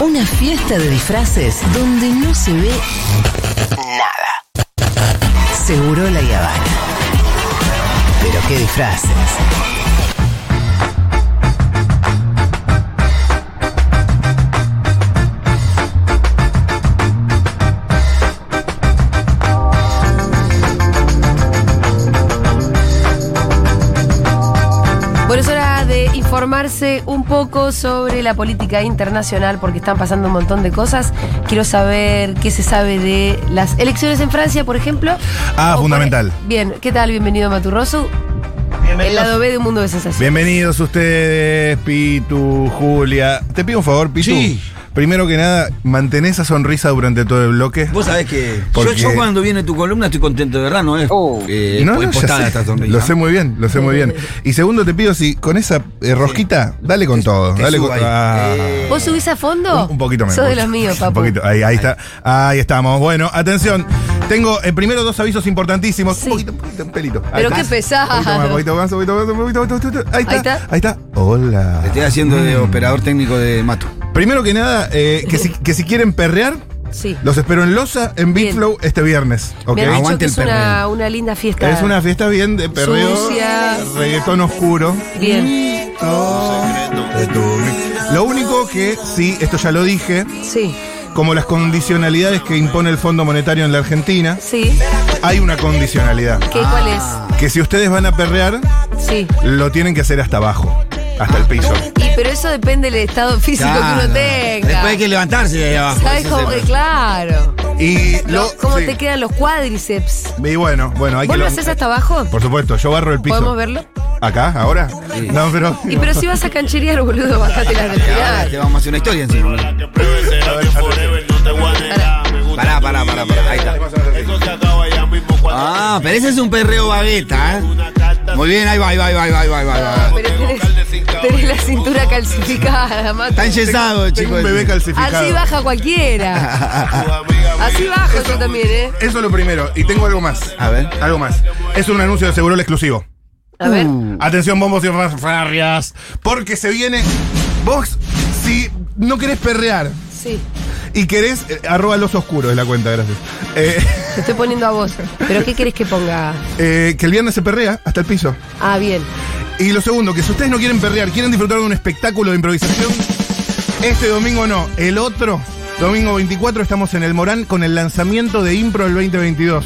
Una fiesta de disfraces donde no se ve nada. Seguro la Habana. Pero qué disfraces. Bueno, es hora de informarse un poco sobre la política internacional porque están pasando un montón de cosas. Quiero saber qué se sabe de las elecciones en Francia, por ejemplo. Ah, O por- fundamental. Bien, ¿qué tal? Bienvenido Maturroso. El lado B de un mundo de sensaciones. Bienvenidos ustedes, Pitu, Julia. Te pido un favor, Pitu. Sí. Primero que nada, mantén esa sonrisa durante todo el bloque. Vos sabés que yo, Porque- yo cuando viene tu columna estoy contento, de verdad, no es Oh. eh, No, no, ya impostada sé. esta sonrisa. Lo sé muy bien, lo sé muy bien. Y segundo, te pido si con esa eh, rosquita, dale con todo. te dale subo con Ah, ahí. Eh, ¿Vos subís a fondo? Un, un poquito menos. Sos de los míos, Un papu. poquito. Ahí, ahí está. Ahí estamos. Bueno, atención. Tengo eh, primero dos avisos importantísimos. Sí. Un poquito, un poquito, un pelito. Ahí Pero está. qué pesado. Un poquito más, un poquito más, un poquito más, un poquito más, un poquito más. Ahí Ahí está. está. Ahí está. Hola. Te estoy haciendo Mm. de operador técnico de Mato. Primero que nada, eh, que, si, que si quieren perrear, Sí. los espero en Loza, en Big Bien. Flow, este viernes. ¿ok? Me han dicho Aguante que el es una, perreo. una linda fiesta. Es una fiesta bien de perreo, Sucia. reggaetón oscuro. Bien, Lo único que, sí, esto ya lo dije, sí, como las condicionalidades que impone el Fondo Monetario en la Argentina, sí. hay una condicionalidad. ¿Qué, ¿Cuál Que si ustedes van a perrear, es? Sí. lo tienen que hacer hasta abajo, hasta el piso. Y pero eso depende del estado físico que Claro. uno tenga. Después hay que levantarse de ahí abajo. ¿Sabes Ese cómo? es que- el- Claro. Y lo. Lo- ¿Cómo sí. te quedan los cuádriceps? Y bueno, bueno, hay ¿Vos que. lo haces hasta abajo? Por supuesto, yo barro el piso. ¿Podemos verlo? ¿Acá? ¿Ahora? No, pero. Y pero si vas a cancherear, boludo, bajate la Ahora te respirar. vamos a hacer una historia encima. Que pruebe, será que forever no te voy a negar. Me gusta Pará, tu pará, pará, pará. Ahí está. vida. Eso se acaba ya mismo cuando Ah, pero ese es un perreo bagueta, ¿eh? una carta Muy bien, ahí va, ahí va, ahí va, ahí va, ahí va, ahí va. Pero tenés, tenés la cintura calcificada, Está mata. enyesado, Tengo chicos. un bebé calcificado. Así baja cualquiera. a tu amiga, Así bajo yo también, ¿eh? Eso es lo primero. Y tengo algo más. A ver. Algo más. Es un anuncio de Segurola exclusivo. A ver. Uh. Atención, bombos y fanfarrias. Porque se viene. Vos, si no querés perrear Sí. y querés. eh, arroba los oscuros es la cuenta, gracias. Eh, Te estoy poniendo a vos. ¿Pero qué querés que ponga? eh, que el viernes se perrea hasta el piso. Ah, bien. Y lo segundo, que si ustedes no quieren perrear, quieren disfrutar de un espectáculo de improvisación, este domingo no, el otro, domingo 24, estamos en el Morán con el lanzamiento de Impro del 2022.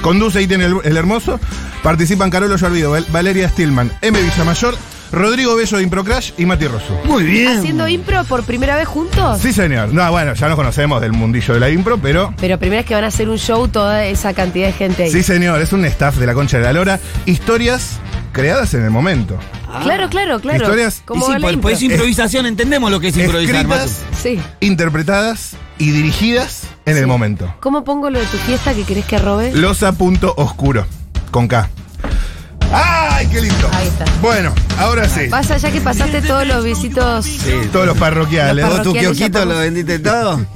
Conduce Iten el, el Hermoso, participan Carolo Yarvido, Val- Valeria Stillman, M. Villamayor, Rodrigo Bello de Improcrash y Mati Rosso. Muy bien. ¿Haciendo impro por primera vez juntos? Sí, señor. No, bueno, ya nos conocemos del mundillo de la impro, pero Pero primera vez que van a hacer un show toda esa cantidad de gente ahí. sí, señor, es un staff de la Concha de la Lora. Historias creadas en el momento. Claro, claro, claro. Historias- ¿Cómo Y sí, va la pues, impro? pues es improvisación, entendemos lo que es improvisar, Mato. Escritas, Sí. interpretadas y dirigidas en el momento. ¿Cómo pongo lo de tu fiesta que querés que robe? Losa.oscuro. Con K. ¡Ay, qué lindo! Ahí está. Bueno, ahora sí. Pasa ya que pasaste todos los besitos. Todos los parroquiales. Los ¿Vos tu Parroquiales ya kiosquito estamos. lo vendiste todo?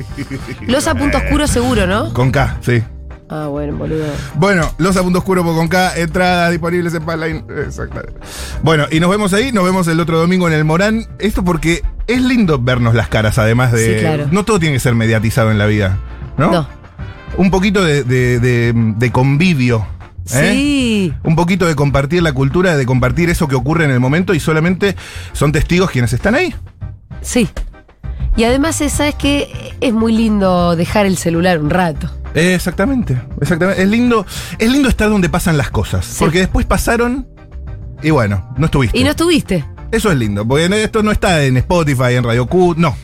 Losa punto oscuro seguro, ¿no? Con K, sí. Ah, bueno, boludo. Bueno, losa.oscuro con K, entradas disponibles en Paline. Exacto. Bueno, y nos vemos ahí, nos vemos el otro domingo en el Morán. Esto porque es lindo vernos las caras, además de. Sí, claro. No todo tiene que ser mediatizado en la vida, ¿no? No. Un poquito de, de- de- de convivio. ¿eh? Sí. Un poquito de compartir la cultura, de compartir eso que ocurre en el momento y solamente son testigos quienes están ahí. Sí. Y además, eh, ¿sabes que Es muy lindo dejar el celular un rato. Eh, Exactamente, exactamente. Es lindo, es lindo estar donde pasan las cosas. Porque después pasaron y bueno, no estuviste. ¿Y no estuviste? Eso es lindo, porque no- esto no está en Spotify, en Radio Q, no,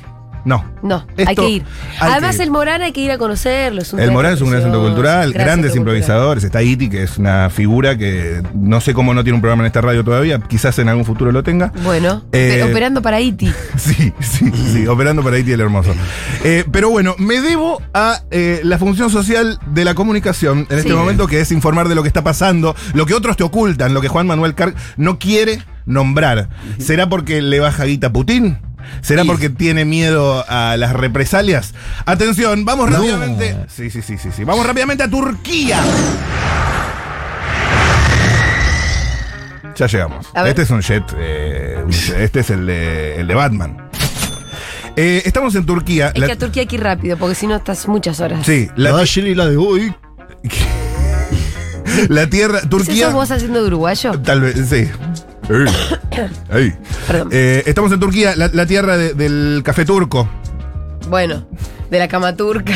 no. No, hay Esto que ir. hay Además, que ir. el Morán hay que ir a conocerlo. un El teatro Morán es un gran centro precioso, cultural, gran grandes centro cultural. improvisadores. Está Iti, que es una figura que no sé cómo no tiene un programa en esta radio todavía, quizás en algún futuro lo tenga. Bueno, Eh, oper- operando para Iti. Sí, sí, sí, operando para Haití el hermoso. Eh, pero bueno, me debo a eh, la función social de la comunicación en este Sí. momento, que es informar de lo que está pasando, lo que otros te ocultan, lo que Juan Manuel Carg no quiere nombrar. ¿Será porque le baja guita a Putin? ¿Será Sí. porque tiene miedo a las represalias? Atención, vamos No. rápidamente. Sí, sí, sí, sí, sí. Vamos rápidamente a Turquía. Ya llegamos. A ver. Este es un jet. eh, este es el de, el de Batman. Eh, estamos en Turquía. Es La- que a Turquía hay que ir rápido, porque si no estás muchas horas. sí, La, la, de ayer y la de hoy. la tierra. ¿Ese Turquía. sos vos haciendo de uruguayo? Tal vez, sí. Ey. Ey. Perdón. Eh, estamos en Turquía, la, la tierra de- del café turco. Bueno, de la cama turca,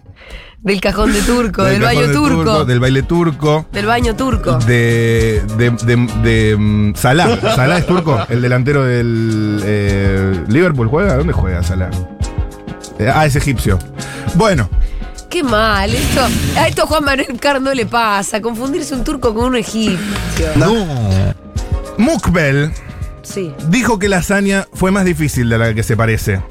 del cajón de turco, del, café baño de turco, del... Del baile turco. baño turco. De, de, de- de, mm, Salah. Salah es turco, el delantero del eh, Liverpool. ¿Juega? ¿Dónde juega Salah? Eh, ah, es egipcio. Bueno, Qué mal, esto, a esto Juan Manuel Carr no le pasa, confundirse un turco con un egipcio. Mukbel Sí. dijo que la hazaña fue más difícil de la que se parece.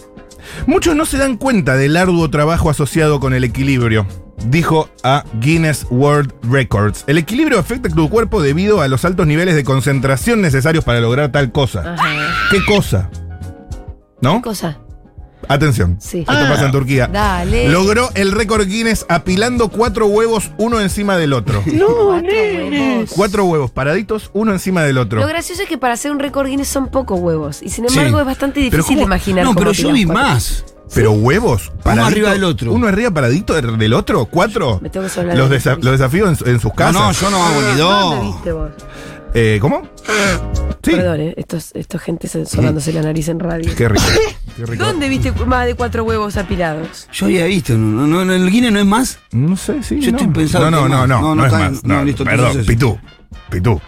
Muchos no se dan cuenta del arduo trabajo asociado con el equilibrio, dijo a Guinness World Records. El equilibrio afecta a tu cuerpo debido a los altos niveles de concentración necesarios para lograr tal Ah. cosa. Ajá. ¿Qué cosa? ¿No? ¿Qué cosa? Atención. Sí. Ah, Esto pasa en Turquía. Dale. Logró el récord Guinness apilando cuatro huevos uno encima del otro. Cuatro huevos. Cuatro huevos paraditos uno encima del otro. Lo gracioso es que para hacer un récord Guinness son pocos huevos. Y sin Sí. embargo es bastante Pero difícil ¿cómo? de imaginar. No, cómo pero yo tirás vi cuatro. más. Pero huevos, paradito- arriba del otro. Uno arriba paradito del del otro, cuatro. Me tengo que sonar los, de- desa- los desafío en, en sus No, casas. no, yo no hago ni Ah, ¿Dónde dos. viste vos? Eh, ¿Cómo? Sí. Perdón, eh, estos, estos gente se- sonándose la nariz en radio. Qué rico. Qué rico. ¿Dónde viste cu- más de cuatro huevos apilados? Yo había visto. No, no, no, ¿El Guinness no es más? No sé, sí. Yo no. estoy pensando No, no, que no, más. no, no, No, no es está más. bien. No, listo, entonces perdón, es eso. Pitú. Pitú.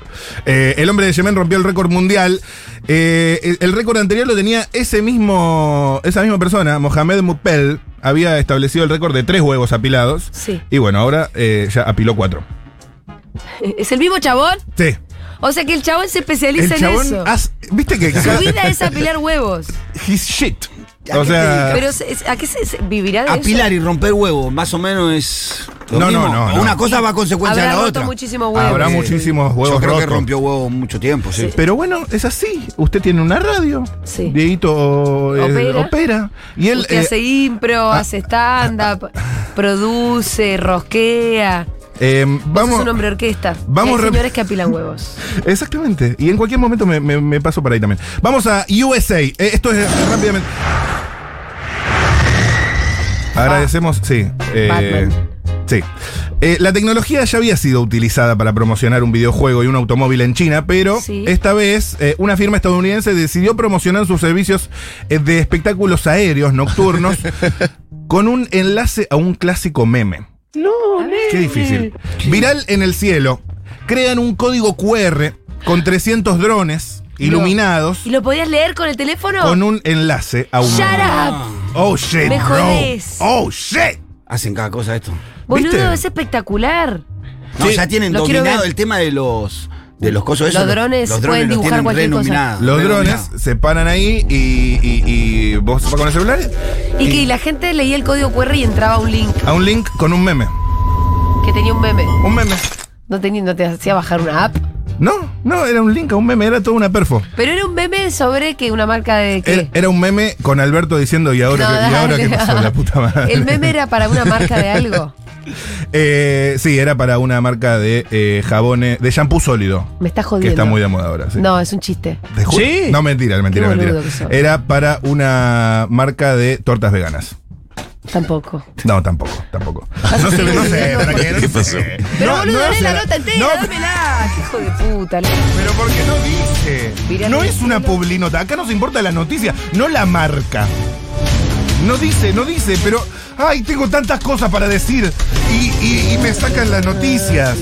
Eh, el hombre de Yemen rompió el récord mundial. Eh, el- el récord anterior lo tenía ese mismo, esa misma persona, Mohamed Mupel. Había establecido el récord de tres huevos apilados. Sí. Y bueno, ahora eh, ya apiló cuatro. ¿Es el mismo chabón? Sí. O sea que el chabón se El especializa en chabón eso. hace- Viste que Su vida es apilar huevos. his shit. ¿A O qué sea, Pero se- se- ¿a qué se, se- vivirá de Apilar y romper huevos, más o menos es. lo No, no, mismo. no, O no. Una cosa va a eso? consecuencia de Habrá la roto otra. muchísimos huevos. habrá Sí. muchísimos Yo huevos creo que rotos. rompió huevos mucho tiempo, sí. Pero bueno, es así. Usted tiene una radio. Sí. Dieguito eh, Opera. opera. Y él Usted eh, hace impro, hace stand-up, produce, rosquea. eh, Vamos. Es vamos. un hombre de orquesta. Y vamos hay rep- señores que apilan huevos. Exactamente. Y en cualquier momento me, me- me paso para ahí también. Vamos a USA. Eh, esto es eh, rápidamente. Agradecemos, sí. eh, Batman. sí. Eh, la tecnología ya había sido utilizada para promocionar un videojuego y un automóvil en China, pero Sí. esta vez eh, una firma estadounidense decidió promocionar sus servicios eh, de espectáculos aéreos nocturnos con un enlace a un clásico meme. Qué difícil. Viral en el cielo. Crean un código QR con 300 drones iluminados ¿Y lo podías leer con el teléfono? con un enlace a un. Shut Ah, up. Oh shit, Me bro. jodés. Oh shit. Hacen cada cosa esto. Boludo, ¿Viste? es espectacular. No, ya tienen Lo quiero dominado ver. el tema de los de los cosos Los esos. drones pueden los dibujar tienen cualquier cosa. renominados, Los drones renominados. se paran ahí y, y- y vos vas con el celular Y que la gente leía el código QR y entraba un link a un link con un meme. que tenía un meme. Un meme. No, tenía, no te hacía bajar una app. No, no, era un link a un meme, era toda una perfo. Pero era un meme sobre que una marca de qué? Era, era un meme con Alberto diciendo, ¿y ahora, No, qué- y ahora dale. qué pasó? La puta madre. El meme era para una marca de algo. Eh, sí, era para una marca de eh, jabones, de shampoo sólido. Me estás Que jodiendo. está muy de moda ahora, sí. No, es un chiste. Te juro. ¿Sí? No, mentira, mentira, Qué boludo mentira. que sos. Era para una marca de tortas veganas. Tampoco. No, tampoco, tampoco. Ah, No sí, sé, no sé. no, ¿para qué? No sé. Pero No, boludo, no dale sé. la nota entera, No, dámela. Qué hijo de puta. pero porque no dice. Mirá, no mirá, es una mirá. publinota. Acá nos importa la noticia, no la marca. No dice, no dice, pero. Ay, tengo tantas cosas para decir. Y, y- y me sacan las noticias.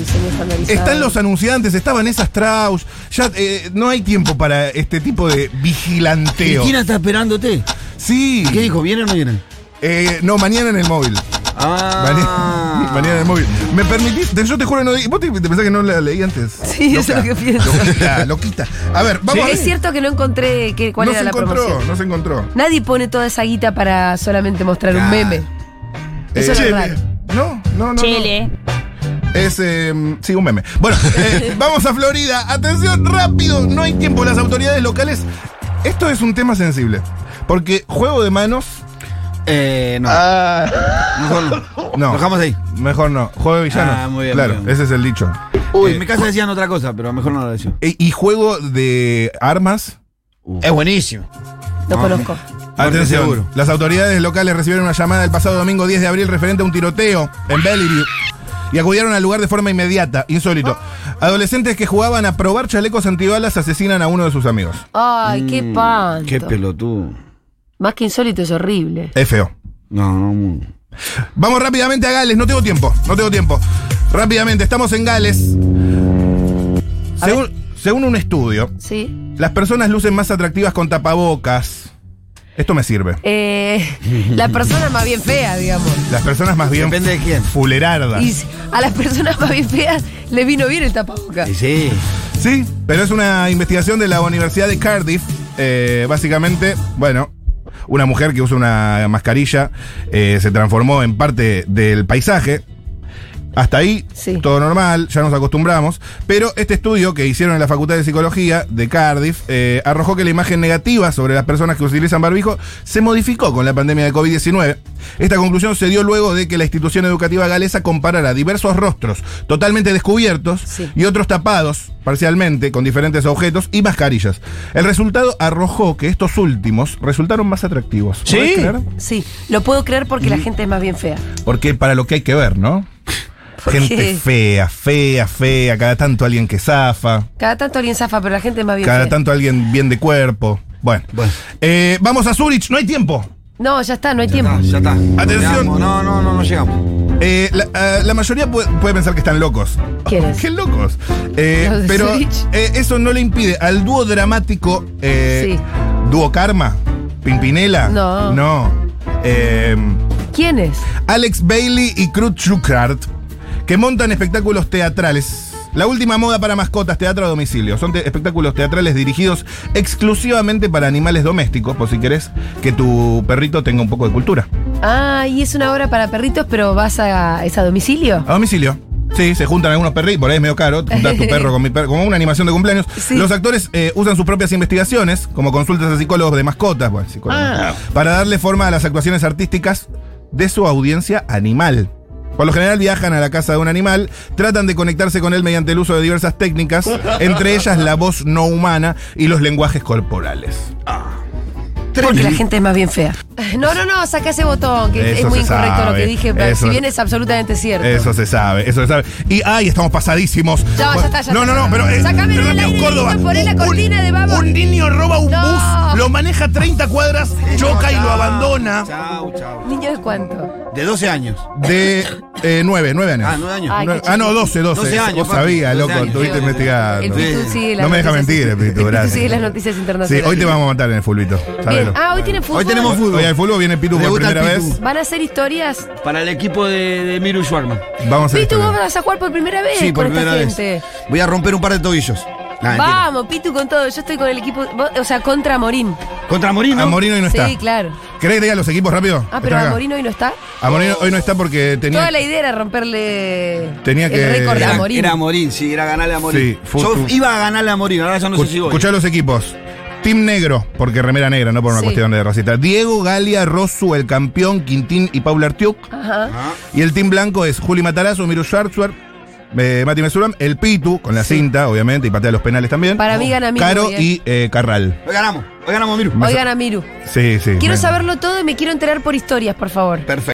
Están los anunciantes, estaban esas Strauss. Ya eh, no hay tiempo para este tipo de vigilanteo. Cristina está esperándote. Sí. ¿Qué dijo? ¿Viene o no viene? Eh, no, mañana en el móvil. Ah. Mañana, Ah. mañana en el móvil. ¿Me permitís? Te- Yo te juro, no, di- ¿vos te, te pensás que no la leí antes? Sí, eso es lo que pienso. Loquita, loquita. A ver, vamos a Es cierto que no encontré que- cuál no era se la encontró, promoción. no se encontró. Nadie pone toda esa guita para solamente mostrar un Claro. meme. Eso es Chile. verdad. No, no, no. Chile. no. Es, eh, sí, un meme. Bueno, eh, vamos a Florida. Atención, rápido. No hay tiempo. Las autoridades locales. Esto es un tema sensible. Porque juego de manos. Eh, no. Mejor no. No. Lo dejamos ahí. Mejor no. Juego de villanos. Ah, muy bien, Claro, muy bien. ese es el dicho. Uy, en mi casa decían otra cosa, pero mejor no lo decían. E- y juego de armas. Es buenísimo. No No, Ah, conozco. Atención, seguro. las autoridades locales recibieron una llamada el pasado domingo 10 de abril referente a un tiroteo en Bellevue y acudieron al lugar de forma inmediata, insólito. Adolescentes que jugaban a probar chalecos antibalas asesinan a uno de sus amigos. Ay, qué Mm, pan. Qué pelotudo. Más que insólito, es horrible. Es feo. No, no, muy- Vamos rápidamente a Gales, no tengo tiempo, no tengo tiempo. Rápidamente, estamos en Gales. Según, según un estudio, Sí. las personas lucen más atractivas con tapabocas. Esto me sirve. Eh, la persona más bien fea, digamos. Las personas más bien Depende de quién. fulerardas. Y si- a las personas más bien feas le vino bien el tapabocas. Y sí. Sí, pero es una investigación de la Universidad de Cardiff. Eh, básicamente, bueno, una mujer que usa una mascarilla eh, se transformó en parte del paisaje. Hasta ahí, Sí. todo normal, ya nos acostumbramos. Pero este estudio que hicieron en la Facultad de Psicología de Cardiff eh, arrojó que la imagen negativa sobre las personas que utilizan barbijo se modificó con la pandemia de COVID-19. Esta conclusión se dio luego de que la institución educativa galesa comparara diversos rostros totalmente descubiertos Sí. y otros tapados parcialmente con diferentes objetos y mascarillas. El resultado arrojó que estos últimos resultaron más atractivos. ¿Sí? ¿Podés creer? Sí, lo puedo creer porque Mm. la gente es más bien fea. Porque para lo que hay que ver, ¿no? ¿Por Gente qué? fea, fea, fea, cada tanto alguien que zafa, Cada tanto alguien zafa, pero la gente es más bien cada fea. tanto alguien bien de cuerpo. Bueno, Bueno. Eh, vamos a Zurich, no hay tiempo. No, ya está, no hay tiempo. No, ya está. Atención. Llegamos. No, no, no, no llegamos. Eh, la, ah, la mayoría puede, puede pensar que están locos. ¿Quiénes? ¡Qué locos! Eh, Los de pero Zurich. eh, eso no le impide al dúo dramático. eh, Sí. ¿Dúo Karma? ¿Pimpinela? No. No. Eh, ¿Quién es? Alex Bailey y Krut Schuckert, que montan espectáculos teatrales. La última moda para mascotas, teatro a domicilio. Son te- espectáculos teatrales dirigidos exclusivamente para animales domésticos, por si querés que tu perrito tenga un poco de cultura. Ah, y es una hora para perritos, pero vas a, es a domicilio. A domicilio. Sí, se juntan algunos perritos, por ahí es medio caro, juntar tu perro con mi perro, como una animación de cumpleaños. Sí. Los actores eh, usan sus propias investigaciones, como consultas a psicólogos de mascotas, bueno, psicólogos, Ah. para darle forma a las actuaciones artísticas de su audiencia animal. Por lo general viajan a la casa de un animal, tratan de conectarse con él mediante el uso de diversas técnicas, entre ellas la voz no humana y los lenguajes corporales. Ah. Porque la gente es más bien fea. No, no, no, saca ese botón, que Eso es muy se incorrecto lo que sabe, dije, pero eso- si bien es absolutamente cierto. Eso se sabe, eso se sabe. Y ay, estamos pasadísimos. Ya, ya está, ya no, está. no, no, pero eh, Sácame pero del Mateo aire, Córdoba. listo, poné la un- cortina de Babo. Un niño roba un No. bus, lo maneja 30 cuadras, choca y lo abandona. Chao, chao. ¿Niño de cuánto? De 12 años. De eh, 9, 9 años. Ah, 9 años. Ay, No, qué ah, no, 12, 12. 12 años, Vos papi, sabías, 12 loco, años. estuviste Sí, investigando. El Pitu sigue las Ah, no me deja noticias- mentir, el Pitu, gracias. Sigue las noticias Sí, internacionales. hoy te vamos a matar en el fulbito, Bien. sabelo. Ah, hoy tienen fútbol. Hoy tenemos fútbol. Hoy al fulbo viene Pitu Le por gusta el primera Pitu. vez. ¿Van a hacer historias? Para el equipo de, de Miru Schwarman. Vamos a hacer Pitu, vos esto. vas a jugar por primera vez Sí, por con primera esta vez. gente. Voy a romper un par de tobillos. Ah, Nah, mentira. Vamos, Pitu con todo. Yo estoy con el equipo, vos- o sea, contra Morín. Contra Morino. A Morino hoy no sí, está. claro. ¿Querés que te diga los equipos rápido? Ah, Están pero acá. Morín hoy no está. A Moreno Ah, hoy no está porque tenía. Toda la idea era romperle Tenía que- el récord de Era, Amorín. era Morín, sí, era ganarle a Morín. Sí, fue- Yo fue- iba a ganarle a Morín, ahora ya no sé si voy. Escuchá los equipos. Team Negro, porque remera negra, no por una Sí. cuestión de racista. Diego, Galia, Rosu, el campeón, Quintín y Paula Artiuk. Ajá. Ah, Y el team blanco es Juli Matarazzo, Miru Schwarzwer, eh, Mati Mesuram, el Pitu, con la Sí. cinta, obviamente, y patea los penales también. Para mí gana Miru, Caro bien. y eh, Carral. hoy ganamos, hoy ganamos Miru. Oigan a Miru. Sí, sí. Quiero me- saberlo todo y me quiero enterar por historias, por favor. Perfecto.